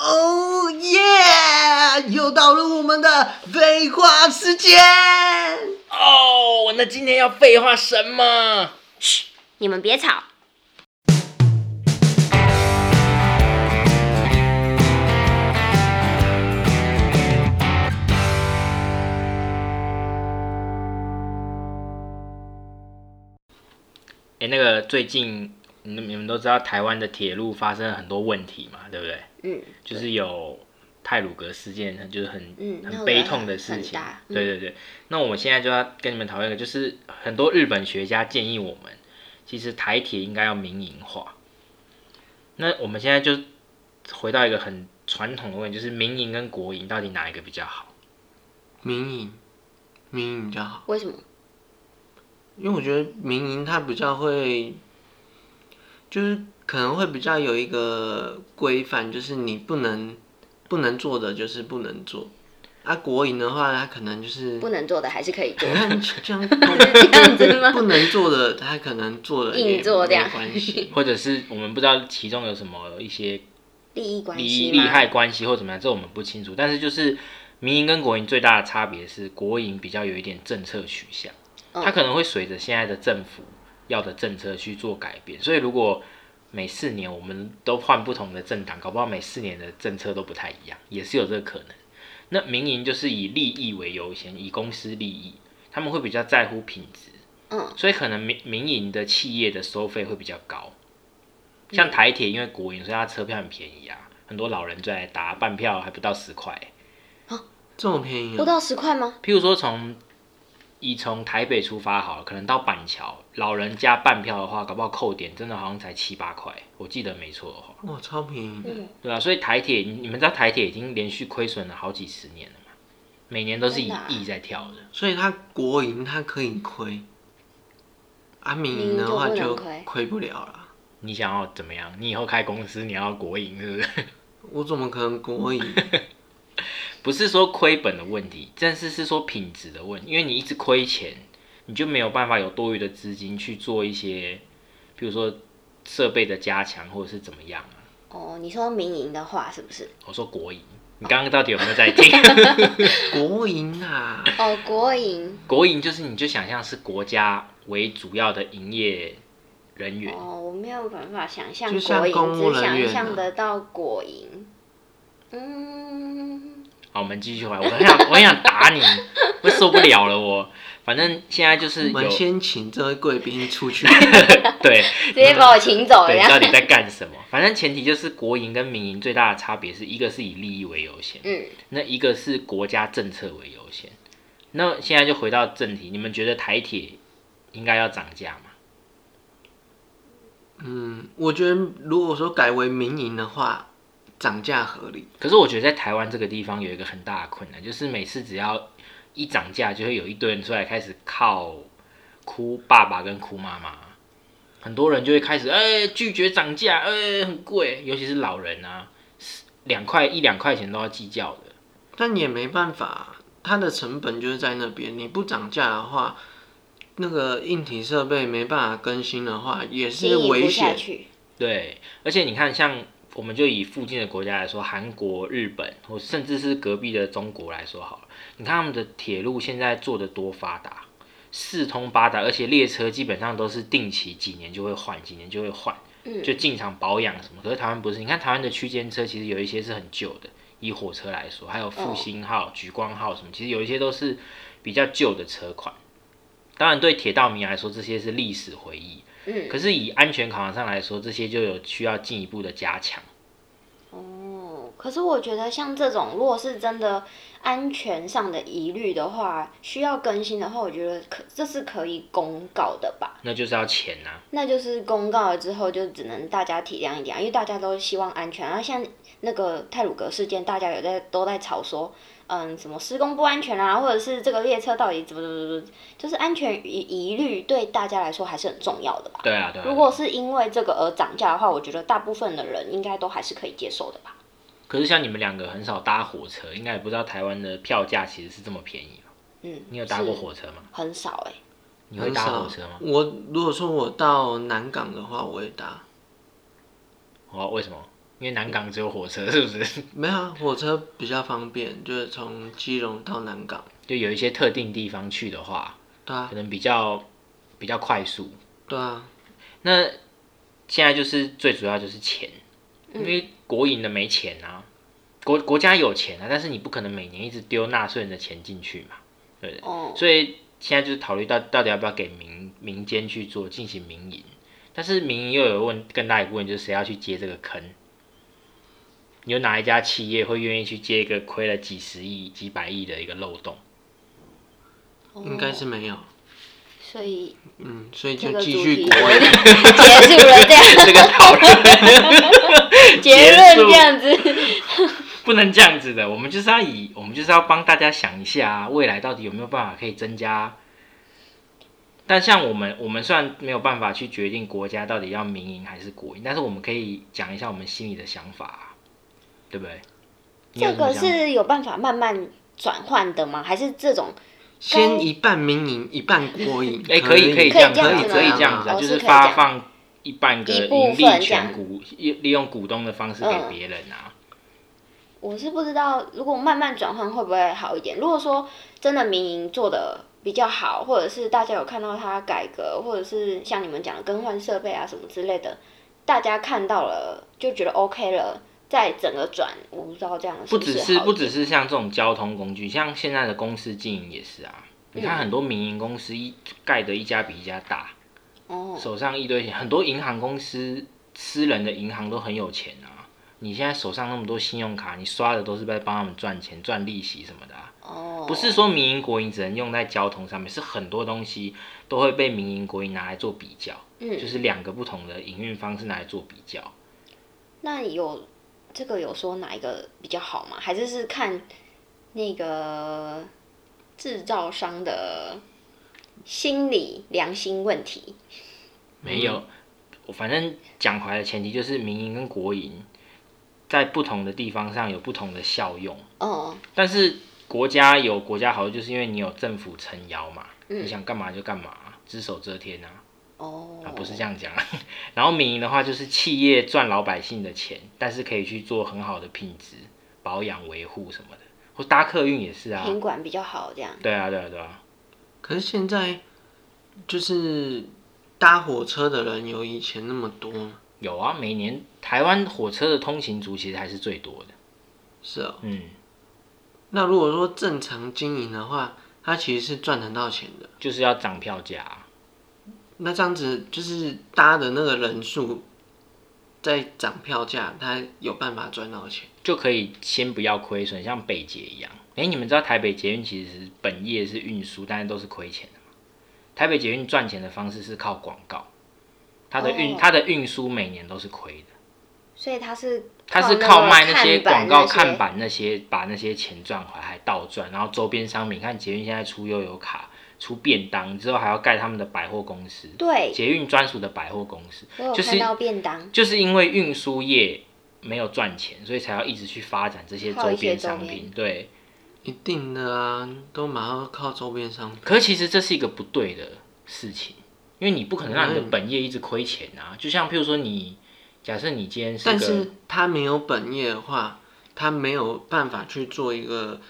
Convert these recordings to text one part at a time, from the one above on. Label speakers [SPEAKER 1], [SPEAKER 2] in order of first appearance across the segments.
[SPEAKER 1] Oh 又到了我们的废话时间。
[SPEAKER 2] 哦，那今天要废话什么？
[SPEAKER 3] 嘘，你们别吵。
[SPEAKER 2] 哎、那个最近你们你们都知道台湾的铁路发生了很多问题嘛，对不对？
[SPEAKER 3] 嗯，
[SPEAKER 2] 就是有泰鲁格事件，就是很、
[SPEAKER 3] 嗯那
[SPEAKER 2] 很
[SPEAKER 3] 个
[SPEAKER 2] 悲痛的事
[SPEAKER 3] 很
[SPEAKER 2] 情
[SPEAKER 3] 大。嗯
[SPEAKER 2] 对对对，那我们现在就要跟你们讨论一个，就是很多日本学家建议我们，其实台铁应该要民营化。那我们现在就回到一个很传统的问题，就是民营跟国营到底哪一个比较好？
[SPEAKER 1] 民营，民营比较好，
[SPEAKER 3] 为什么？
[SPEAKER 1] 因为我觉得民营它比较会，就是可能会比较有一个规范，就是你不能不能做的就是不能做。啊，国营的话，它可能就是哎
[SPEAKER 3] 不能做的还是可以 做
[SPEAKER 1] 你。看这样
[SPEAKER 3] 这样子吗
[SPEAKER 1] 不能做的，他可能做了也
[SPEAKER 3] 硬做这
[SPEAKER 1] 没
[SPEAKER 3] 样
[SPEAKER 1] 关系。
[SPEAKER 2] 或者是我们不知道其中有什么一些
[SPEAKER 3] 利益关
[SPEAKER 2] 利益
[SPEAKER 3] 系
[SPEAKER 2] 利
[SPEAKER 3] 吗？
[SPEAKER 2] 害关系或怎么样，这我们不清楚。但是就是民营跟国营最大的差别是，国营比较有一点政策取向，
[SPEAKER 3] 嗯
[SPEAKER 2] 它可能会随着现在的政府要的政策去做改变。所以如果每四年我们都换不同的政党，搞不好每四年的政策都不太一样，也是有这个可能。那民营就是以利益为优先，以公司利益，他们会比较在乎品质，
[SPEAKER 3] 嗯，
[SPEAKER 2] 所以可能民民营的企业的收费会比较高。像台铁，因为国营，所以它车票很便宜啊，很多老人最爱搭，半票还不到十块。
[SPEAKER 1] 这么便宜、
[SPEAKER 3] 不
[SPEAKER 1] 啊，
[SPEAKER 3] 到十块吗？
[SPEAKER 2] 譬如说从以从台北出发好了，可能到板桥，老人家半票的话，搞不好扣点真的好像才七八块，我记得没错的话，
[SPEAKER 1] 哇，超便宜的。
[SPEAKER 3] 嗯，
[SPEAKER 2] 对啊，所以台铁，你你们知道台铁已经连续亏损了好几十年了嘛，每年都是以
[SPEAKER 3] 真的啊
[SPEAKER 2] 亿在跳的。
[SPEAKER 1] 所以他国营他可以亏，啊，民营的话
[SPEAKER 3] 民营就
[SPEAKER 1] 就
[SPEAKER 3] 不能亏
[SPEAKER 1] 亏不了了。
[SPEAKER 2] 你想要怎么样？你以后开公司，你要国营是不是？
[SPEAKER 1] 我怎么可能国 营？
[SPEAKER 2] 不是说亏本的问题，但是是说品质的问题，因为你一直亏钱，你就没有办法有多余的资金去做一些，比如说设备的加强或者是怎么样啊。
[SPEAKER 3] 哦，你说民营的话是不是？
[SPEAKER 2] 我说国营，你刚刚到底有没有在听？
[SPEAKER 1] 国营啊，
[SPEAKER 3] 哦，国营。
[SPEAKER 2] 国营就是你就想象是国家为主要的营业人员，
[SPEAKER 3] 哦，我没有办法想象
[SPEAKER 1] 就像
[SPEAKER 3] 国营，
[SPEAKER 1] 公务
[SPEAKER 3] 只
[SPEAKER 1] 人
[SPEAKER 3] 想
[SPEAKER 1] 员
[SPEAKER 3] 象
[SPEAKER 1] 啊
[SPEAKER 3] 得到国营。嗯，
[SPEAKER 2] 好，我们继续回来。我很想，我很想打你，我受不了了我。反正现在就是
[SPEAKER 1] 我们
[SPEAKER 2] 有
[SPEAKER 1] 先请这位贵宾出 去。
[SPEAKER 2] 对，
[SPEAKER 3] 直接把我请走了
[SPEAKER 2] 对，
[SPEAKER 3] 呀。
[SPEAKER 2] 到底在干什么？反正前提就是国营跟民营最大的差别是一个是以利益为优先，
[SPEAKER 3] 嗯，
[SPEAKER 2] 那一个是国家政策为优先。那现在就回到正题，你们觉得台铁应该要涨价吗？
[SPEAKER 1] 嗯，我觉得如果说改为民营的话，涨价合理。
[SPEAKER 2] 可是我觉得在台湾这个地方有一个很大的困难，就是每次只要一涨价，就会有一堆人出来开始靠哭爸爸跟哭妈妈，很多人就会开始哎、拒绝涨价，哎、很贵，尤其是老人啊，两块一两块钱都要计较的。
[SPEAKER 1] 但也没办法，它的成本就是在那边。你不涨价的话，那个硬体设备没办法更新的话，也
[SPEAKER 3] 经
[SPEAKER 1] 是
[SPEAKER 3] 营嗯不
[SPEAKER 1] 危
[SPEAKER 3] 下
[SPEAKER 1] 险。
[SPEAKER 3] 去。
[SPEAKER 2] 对，而且你看，像我们就以附近的国家来说，韩国、日本，或甚至是隔壁的中国来说好了，你看他们的铁路现在做的多发达，四通八达，而且列车基本上都是定期几年就会换，几年就会换，
[SPEAKER 3] 嗯
[SPEAKER 2] 就进场保养什么。可是台湾不是，你看台湾的区间车其实有一些是很旧的，以火车来说，还有复兴号、莒光号什么，其实有一些都是比较旧的车款。当然，对铁道迷来说，这些是历史回忆。
[SPEAKER 3] 嗯。
[SPEAKER 2] 可是以安全考量上来说，这些就有需要进一步的加强。
[SPEAKER 3] 哦，可是我觉得像这种，如果是真的安全上的疑虑的话，需要更新的话，我觉得可这是可以公告的吧？
[SPEAKER 2] 那就是要钱啊呐、
[SPEAKER 3] 那就是公告了之后，就只能大家体谅一点啊，因为大家都希望安全。然后像那个泰鲁格事件，大家有在都在吵说，嗯，什么施工不安全啊，或者是这个列车到底怎么怎么怎么，就是安全疑疑虑对大家来说还是很重要的吧？
[SPEAKER 2] 对啊，对啊。
[SPEAKER 3] 如果是因为这个而涨价的话，我觉得大部分的人应该都还是可以接受的吧。
[SPEAKER 2] 可是像你们两个很少搭火车，应该也不知道台湾的票价其实是这么便宜吧
[SPEAKER 3] 嗯，
[SPEAKER 2] 你有搭过
[SPEAKER 3] 是
[SPEAKER 2] 火车吗？
[SPEAKER 3] 很少哎、
[SPEAKER 2] 你会搭火车吗？
[SPEAKER 1] 我如果说我到南港的话，我会搭。
[SPEAKER 2] 哦，为什么？因为南港只有火车，是不是？
[SPEAKER 1] 没有啊，火车比较方便，就是从基隆到南港。
[SPEAKER 2] 就有一些特定地方去的话，
[SPEAKER 1] 对啊，
[SPEAKER 2] 可能比较比较快速。
[SPEAKER 1] 对啊，
[SPEAKER 2] 那现在就是最主要就是钱，
[SPEAKER 3] 嗯
[SPEAKER 2] 因为国营的没钱啊，国国家有钱啊，但是你不可能每年一直丢纳税人的钱进去嘛，对不对？
[SPEAKER 3] 哦，
[SPEAKER 2] 所以现在就是考虑到到底要不要给民民间去做进行民营，但是民营又有问更大一个问题，就是谁要去接这个坑？有哪一家企业会愿意去接一个亏了几十亿、几百亿的一个漏洞？
[SPEAKER 3] 哦
[SPEAKER 1] 应该是没有。
[SPEAKER 3] 所以
[SPEAKER 1] 嗯，所以
[SPEAKER 3] 这
[SPEAKER 1] 就
[SPEAKER 3] 个主
[SPEAKER 1] 继续
[SPEAKER 3] 题
[SPEAKER 1] 国
[SPEAKER 3] 我
[SPEAKER 1] 营
[SPEAKER 3] 们 结束了这样
[SPEAKER 2] 这个讨论
[SPEAKER 3] 结论
[SPEAKER 2] 结束
[SPEAKER 3] 这样子，
[SPEAKER 2] 不能这样子的，我们就是要以我们就是要帮大家想一下、啊，未来到底有没有办法可以增加。但像我们，我们虽然没有办法去决定国家到底要民营还是国营，但是我们可以讲一下我们心里的想法啊、对不对？你有
[SPEAKER 3] 这
[SPEAKER 2] 什么
[SPEAKER 3] 个
[SPEAKER 2] 想法
[SPEAKER 3] 是有办法慢慢转换的吗？还是这种
[SPEAKER 1] 先一半民营，一半国营。
[SPEAKER 2] 哎、可以可以
[SPEAKER 3] 可
[SPEAKER 2] 这
[SPEAKER 3] 以
[SPEAKER 2] 样子啊，
[SPEAKER 3] 这样子
[SPEAKER 2] 可以
[SPEAKER 3] 吗
[SPEAKER 2] 这样子啊，
[SPEAKER 3] 哦
[SPEAKER 2] 就是是
[SPEAKER 3] 可以
[SPEAKER 2] 发
[SPEAKER 3] 这样
[SPEAKER 2] 放一半个
[SPEAKER 3] 一部
[SPEAKER 2] 盈利
[SPEAKER 3] 分这
[SPEAKER 2] 权
[SPEAKER 3] 样
[SPEAKER 2] 股，利用股东的方式给
[SPEAKER 3] 嗯
[SPEAKER 2] 别人啊。
[SPEAKER 3] 我是不知道，如果慢慢转换会不会好一点？如果说真的民营做的比较好，或者是大家有看到它改革，或者是像你们讲的更换设备啊什么之类的，大家看到了就觉得 OK 了，再整个转，我不知道这样
[SPEAKER 2] 不
[SPEAKER 3] 不
[SPEAKER 2] 只
[SPEAKER 3] 是
[SPEAKER 2] 是
[SPEAKER 3] 好
[SPEAKER 2] 不
[SPEAKER 3] 一点
[SPEAKER 2] 只是像这种交通工具，像现在的公司经营也是啊。你看
[SPEAKER 3] 嗯
[SPEAKER 2] 很多民营公司一盖的一家比一家大，
[SPEAKER 3] 哦，
[SPEAKER 2] 手上一堆钱。很多银行公司、私人的银行都很有钱啊。你现在手上那么多信用卡，你刷的都是在帮他们赚钱、赚利息什么的、啊。
[SPEAKER 3] 哦，
[SPEAKER 2] 不是说民营国营只能用在交通上面，是很多东西都会被民营国营拿来做比较，
[SPEAKER 3] 嗯，
[SPEAKER 2] 就是两个不同的营运方式拿来做比较。
[SPEAKER 3] 那有这个有说哪一个比较好吗？还是是看那个制造商的心理良心问题？
[SPEAKER 2] 没
[SPEAKER 3] 嗯
[SPEAKER 2] 有，我反正讲回来的前提就是民营跟国营在不同的地方上有不同的效用，
[SPEAKER 3] 哦、
[SPEAKER 2] 但是国家有国家好处，就是因为你有政府撑腰嘛，
[SPEAKER 3] 嗯
[SPEAKER 2] 你想干嘛就干嘛，只手遮天啊，
[SPEAKER 3] 哦、
[SPEAKER 2] 啊不 是这样讲。然后民营的话就是企业赚老百姓的钱，但是可以去做很好的品质保养维护什么的，或搭客运也是啊，
[SPEAKER 3] 品管比较好这样。
[SPEAKER 2] 对啊对啊对啊，
[SPEAKER 1] 可是现在就是搭火车的人有以前那么多吗？
[SPEAKER 2] 有啊，每年台湾火车的通勤族其实还是最多的，
[SPEAKER 1] 是哦。
[SPEAKER 2] 嗯。
[SPEAKER 1] 那如果说正常经营的话，它其实是赚得到钱的。
[SPEAKER 2] 就是要涨票价啊、
[SPEAKER 1] 那这样子就是搭的那个人数在涨票价，它有办法赚到钱。
[SPEAKER 2] 就可以先不要亏损，像北捷一样。哎、你们知道台北捷运其实本业是运输，但是都是亏钱的嘛。台北捷运赚钱的方式是靠广告，它的运、
[SPEAKER 3] 哦
[SPEAKER 2] 它的运输每年都是亏的，
[SPEAKER 3] 所以他是
[SPEAKER 2] 它是
[SPEAKER 3] 靠
[SPEAKER 2] 靠
[SPEAKER 3] 个
[SPEAKER 2] 卖那些
[SPEAKER 3] 看
[SPEAKER 2] 广
[SPEAKER 3] 板
[SPEAKER 2] 告
[SPEAKER 3] 那些
[SPEAKER 2] 看板那些把那些钱赚回来，还倒赚，然后周边商品，看捷运现在出悠游卡、出便当之后，还要盖他们的百货公司，
[SPEAKER 3] 对，
[SPEAKER 2] 捷运专属的百货公司，
[SPEAKER 3] 我有
[SPEAKER 2] 就是
[SPEAKER 3] 看到便当，
[SPEAKER 2] 就是因为运输业没有赚钱，所以才要一直去发展这些周边商
[SPEAKER 3] 靠一些
[SPEAKER 2] 品。对，
[SPEAKER 1] 一定的啊，都马上靠周边商品。
[SPEAKER 2] 可是其实这是一个不对的事情，因为你不可能让你的本业一直亏钱啊。就像譬如说你，假设你今天是
[SPEAKER 1] 嗯但
[SPEAKER 2] 个，
[SPEAKER 1] 是他没有本业的话，他没有办法去做一个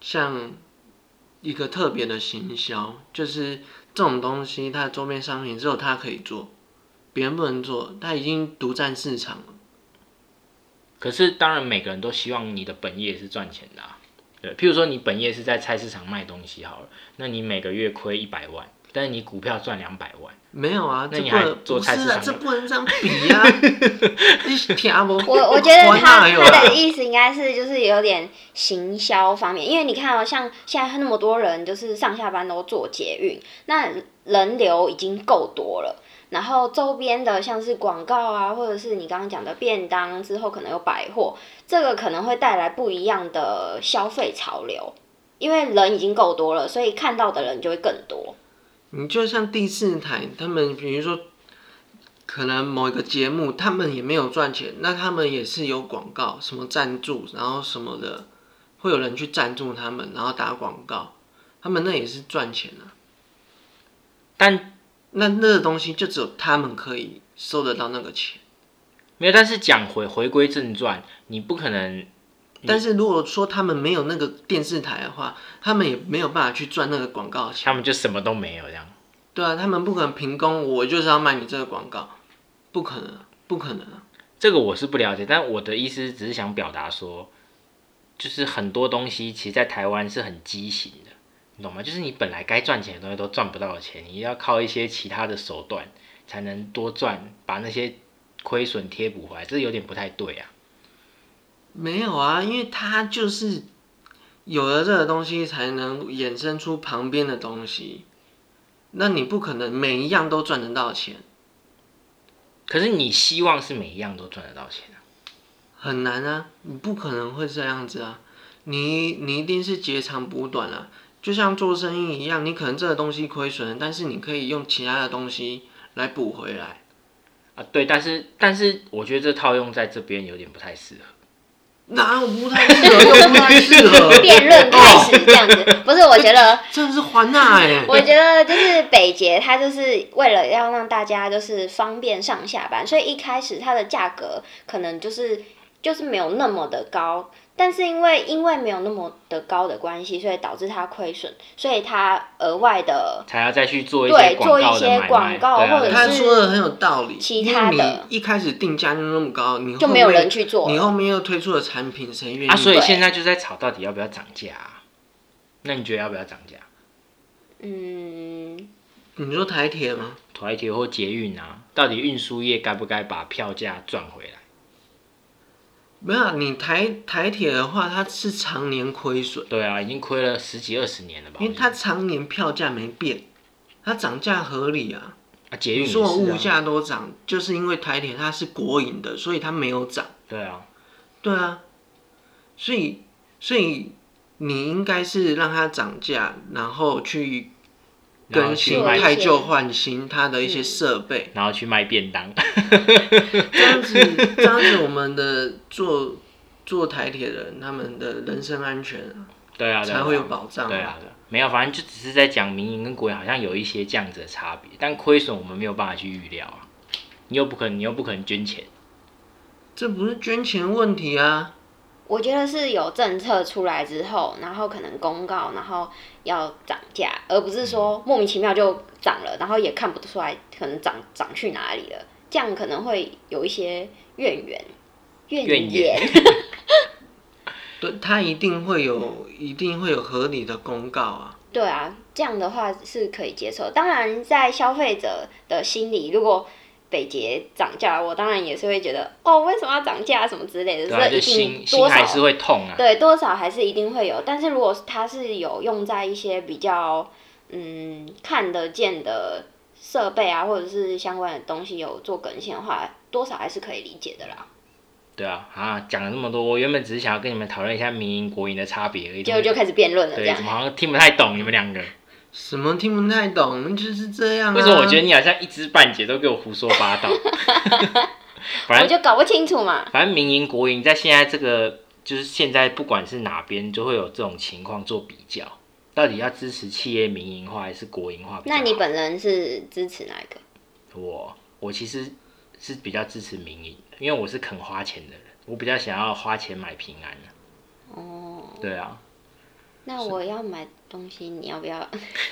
[SPEAKER 1] 像一个特别的行销，就是这种东西，它的周边商品只有他可以做，别人不能做，他已经独占市场了。
[SPEAKER 2] 可是当然每个人都希望你的本业是赚钱的、啊。对，譬如说你本业是在菜市场卖东西好了，那你每个月亏一百万，但是你股票赚两百万，
[SPEAKER 1] 没有啊，
[SPEAKER 2] 那
[SPEAKER 1] 这
[SPEAKER 2] 你
[SPEAKER 1] 不
[SPEAKER 2] 还
[SPEAKER 1] 能
[SPEAKER 2] 做
[SPEAKER 1] 不
[SPEAKER 2] 菜市
[SPEAKER 1] 是啊，
[SPEAKER 2] 场
[SPEAKER 1] 这
[SPEAKER 2] 吗
[SPEAKER 1] 不能这样比 啊！你听不？
[SPEAKER 3] 我我觉得他
[SPEAKER 1] 哪有啊
[SPEAKER 3] 他的意思应该是就是有点行销方面，因为你看哦，像现在那么多人就是上下班都坐捷运，那人流已经够多了。然后周边的像是广告啊，或者是你刚刚讲的便当，之后可能有百货，这个可能会带来不一样的消费潮流，因为人已经够多了，所以看到的人就会更 多。
[SPEAKER 1] 你就像第四台，他们比如说，可能某一个节目，他们也没有赚钱，那他们也是有广告，什么赞助，然后什么的，会有人去赞助他们，然后打广告，他们那也是赚钱啊。
[SPEAKER 2] 但
[SPEAKER 1] 那那个东西就只有他们可以收得到那个钱，
[SPEAKER 2] 没有，但是讲回回归正传，你不可能嗯
[SPEAKER 1] 但是如果说他们没有那个电视台的话，他们也没有办法去赚那个广告钱。
[SPEAKER 2] 他们就什么都没有这样。
[SPEAKER 1] 对啊，他们不可能凭空我就是要卖你这个广告，不可能，不可能啊。
[SPEAKER 2] 这个我是不了解，但我的意思只是想表达说，就是很多东西其实，在台湾是很畸形的，你懂吗？就是你本来该赚钱的东西都赚不到钱，你要靠一些其他的手段才能多赚，把那些亏损贴补回来，这有点不太对啊。
[SPEAKER 1] 没有啊，因为他就是有了这个东西，才能衍生出旁边的东西。那你不可能每一样都赚得到钱，
[SPEAKER 2] 可是你希望是每一样都赚得到钱啊？
[SPEAKER 1] 很难啊，你不可能会这样子啊。你你一定是截长补短啊，就像做生意一样，你可能这个东西亏损了，但是你可以用其他的东西来补回来。
[SPEAKER 2] 啊，对，但是但是我觉得这套用在这边有点不太适合。
[SPEAKER 1] 哪有不太适合，又不太适合， 哦
[SPEAKER 3] 辩论开始这样子，不是？我觉得，
[SPEAKER 1] 真的是环娜哎。
[SPEAKER 3] 我觉得就是北捷，它就是为了要让大家就是方便上下班，所以一开始它的价格可能就是就是没有那么的高，但是因为因为没有那么的高的关系，所以导致它亏损，所以它额外的
[SPEAKER 2] 才要再去做一
[SPEAKER 3] 对
[SPEAKER 2] 些广告
[SPEAKER 3] 做
[SPEAKER 2] 的
[SPEAKER 3] 一
[SPEAKER 2] 买
[SPEAKER 3] 些
[SPEAKER 2] 卖，
[SPEAKER 3] 广告
[SPEAKER 2] 对啊
[SPEAKER 3] 或者
[SPEAKER 1] 他
[SPEAKER 3] 是
[SPEAKER 1] 说的很有道理，
[SPEAKER 3] 其他的
[SPEAKER 1] 因为你一开始定价就那么高，你后面
[SPEAKER 3] 就没有人去做
[SPEAKER 1] 你
[SPEAKER 3] 了。
[SPEAKER 1] 后面又推出的产品，谁愿意？
[SPEAKER 2] 啊，所以
[SPEAKER 3] 对
[SPEAKER 2] 现在就在吵到底要不要涨价、啊。那你觉得要不要涨价？
[SPEAKER 3] 嗯，
[SPEAKER 1] 你说台铁吗？
[SPEAKER 2] 台铁或捷运啊，到底运输业该不该把票价赚回来？
[SPEAKER 1] 没有啊，你台台铁的话，它是常年亏损，
[SPEAKER 2] 对啊，已经亏了十几二十年了吧？
[SPEAKER 1] 因为它常年票价没变，它涨价合理啊。
[SPEAKER 2] 啊，捷运
[SPEAKER 1] 你
[SPEAKER 2] 也
[SPEAKER 1] 说
[SPEAKER 2] 是
[SPEAKER 1] 物
[SPEAKER 2] 啊，
[SPEAKER 1] 价都涨，就是因为台铁它是国营的，所以它没有涨。
[SPEAKER 2] 对啊，
[SPEAKER 1] 对啊，所以所以你应该是让它涨价，然后去
[SPEAKER 2] 然后
[SPEAKER 1] 更
[SPEAKER 2] 去
[SPEAKER 1] 新
[SPEAKER 2] 卖，
[SPEAKER 1] 汰旧换新它的一些设备，
[SPEAKER 2] 然后去卖便当。
[SPEAKER 1] 这样子这样子我们的坐坐台铁的人他们的人身安全啊、
[SPEAKER 2] 对啊，对啊
[SPEAKER 1] 才会有保障、
[SPEAKER 2] 对啊，对啊没有，反正就只是在讲民营跟国营好像有一些这样子的差别，但亏损我们没有办法去预料啊。你又不可能，你又不可能捐钱，
[SPEAKER 1] 这不是捐钱问题啊，
[SPEAKER 3] 我觉得是有政策出来之后，然后可能公告，然后要涨价，而不是说莫名其妙就涨了，然后也看不出来可能涨涨去哪里了，这样可能会有一些怨言。
[SPEAKER 2] 怨
[SPEAKER 3] 言
[SPEAKER 2] 言，
[SPEAKER 1] 对，它一定会有一定会有合理的公告啊。
[SPEAKER 3] 对啊，这样的话是可以接受。当然，在消费者的心里，如果北捷涨价，我当然也是会觉得哦，为什么要涨价什么之类的，
[SPEAKER 2] 对啊，就
[SPEAKER 3] 这一定
[SPEAKER 2] 心心
[SPEAKER 3] 多少
[SPEAKER 2] 还是会痛啊。
[SPEAKER 3] 对，多少还是一定会有。但是如果它是有用在一些比较嗯看得见的设备啊，或者是相关的东西有做更新的话，多少还是可以理解的啦。
[SPEAKER 2] 对啊，啊，讲了那么多，我原本只是想要跟你们讨论一下民营国营的差别而已。
[SPEAKER 3] 结果就开始辩论了，这
[SPEAKER 2] 对，
[SPEAKER 3] 样
[SPEAKER 2] 怎么好像听不太懂你们两个？
[SPEAKER 1] 什么听不太懂，就是这样、啊。
[SPEAKER 2] 为什么我觉得你好像一知半解，都给我胡说八 道？反
[SPEAKER 3] 我
[SPEAKER 2] 正
[SPEAKER 3] 就搞不清楚嘛。
[SPEAKER 2] 反正民营国营在现在这个就是现在不管是哪边，就会有这种情况做比较，到底要支持企业民营化还是国营化比较
[SPEAKER 3] 那
[SPEAKER 2] 好？
[SPEAKER 3] 你本人是支持哪一个？
[SPEAKER 2] 我我其实是比较支持民营的，因为我是肯花钱的人，我比较想要花钱买平安啊
[SPEAKER 3] 哦，
[SPEAKER 2] 对啊，
[SPEAKER 3] 那我要买东西，你要不要？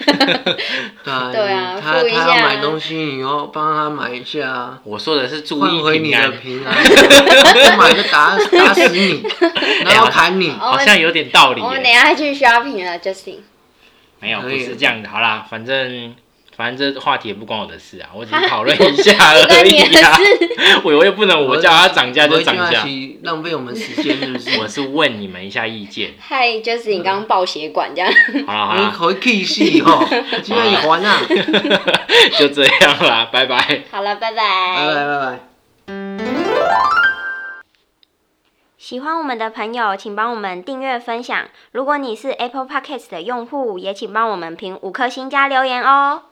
[SPEAKER 1] 对啊，
[SPEAKER 3] 对啊
[SPEAKER 1] 你他
[SPEAKER 3] 付一下
[SPEAKER 1] 他要买东西，你要帮他买一下啊，
[SPEAKER 2] 我说的是注
[SPEAKER 1] 换回
[SPEAKER 2] 意
[SPEAKER 1] 你
[SPEAKER 2] 平
[SPEAKER 1] 的
[SPEAKER 2] 安，
[SPEAKER 1] 平安，不买就打打死 你，
[SPEAKER 2] 哎
[SPEAKER 1] 然后砍你。
[SPEAKER 2] 好像有点道理耶。
[SPEAKER 3] 我们等一下去 shopping 了，Justin。
[SPEAKER 2] 没有，
[SPEAKER 1] 可
[SPEAKER 2] 不
[SPEAKER 1] 以
[SPEAKER 2] 是这样的。好啦，反正反正这话题也不关我的事啊，我只是讨论一下而
[SPEAKER 3] 你
[SPEAKER 2] 已啊。 我我又不能我叫他涨价就涨
[SPEAKER 1] 我会跟
[SPEAKER 2] 价
[SPEAKER 1] 他，一起浪费我们时间是不是？
[SPEAKER 2] 我是问你们一下意见。
[SPEAKER 3] 嗨，Justin
[SPEAKER 2] 嗯
[SPEAKER 3] 刚刚爆血管这样。
[SPEAKER 2] 好啦好
[SPEAKER 1] 你
[SPEAKER 2] 啦，
[SPEAKER 1] 哎可以气死哦，今天你还啊！
[SPEAKER 2] 就这样啦，拜拜。
[SPEAKER 3] 好了，拜
[SPEAKER 1] 拜拜拜拜。
[SPEAKER 3] 喜欢我们的朋友，请帮我们订阅分享。如果你是 Apple Podcast 的用户，也请帮我们评五颗星加留言哦。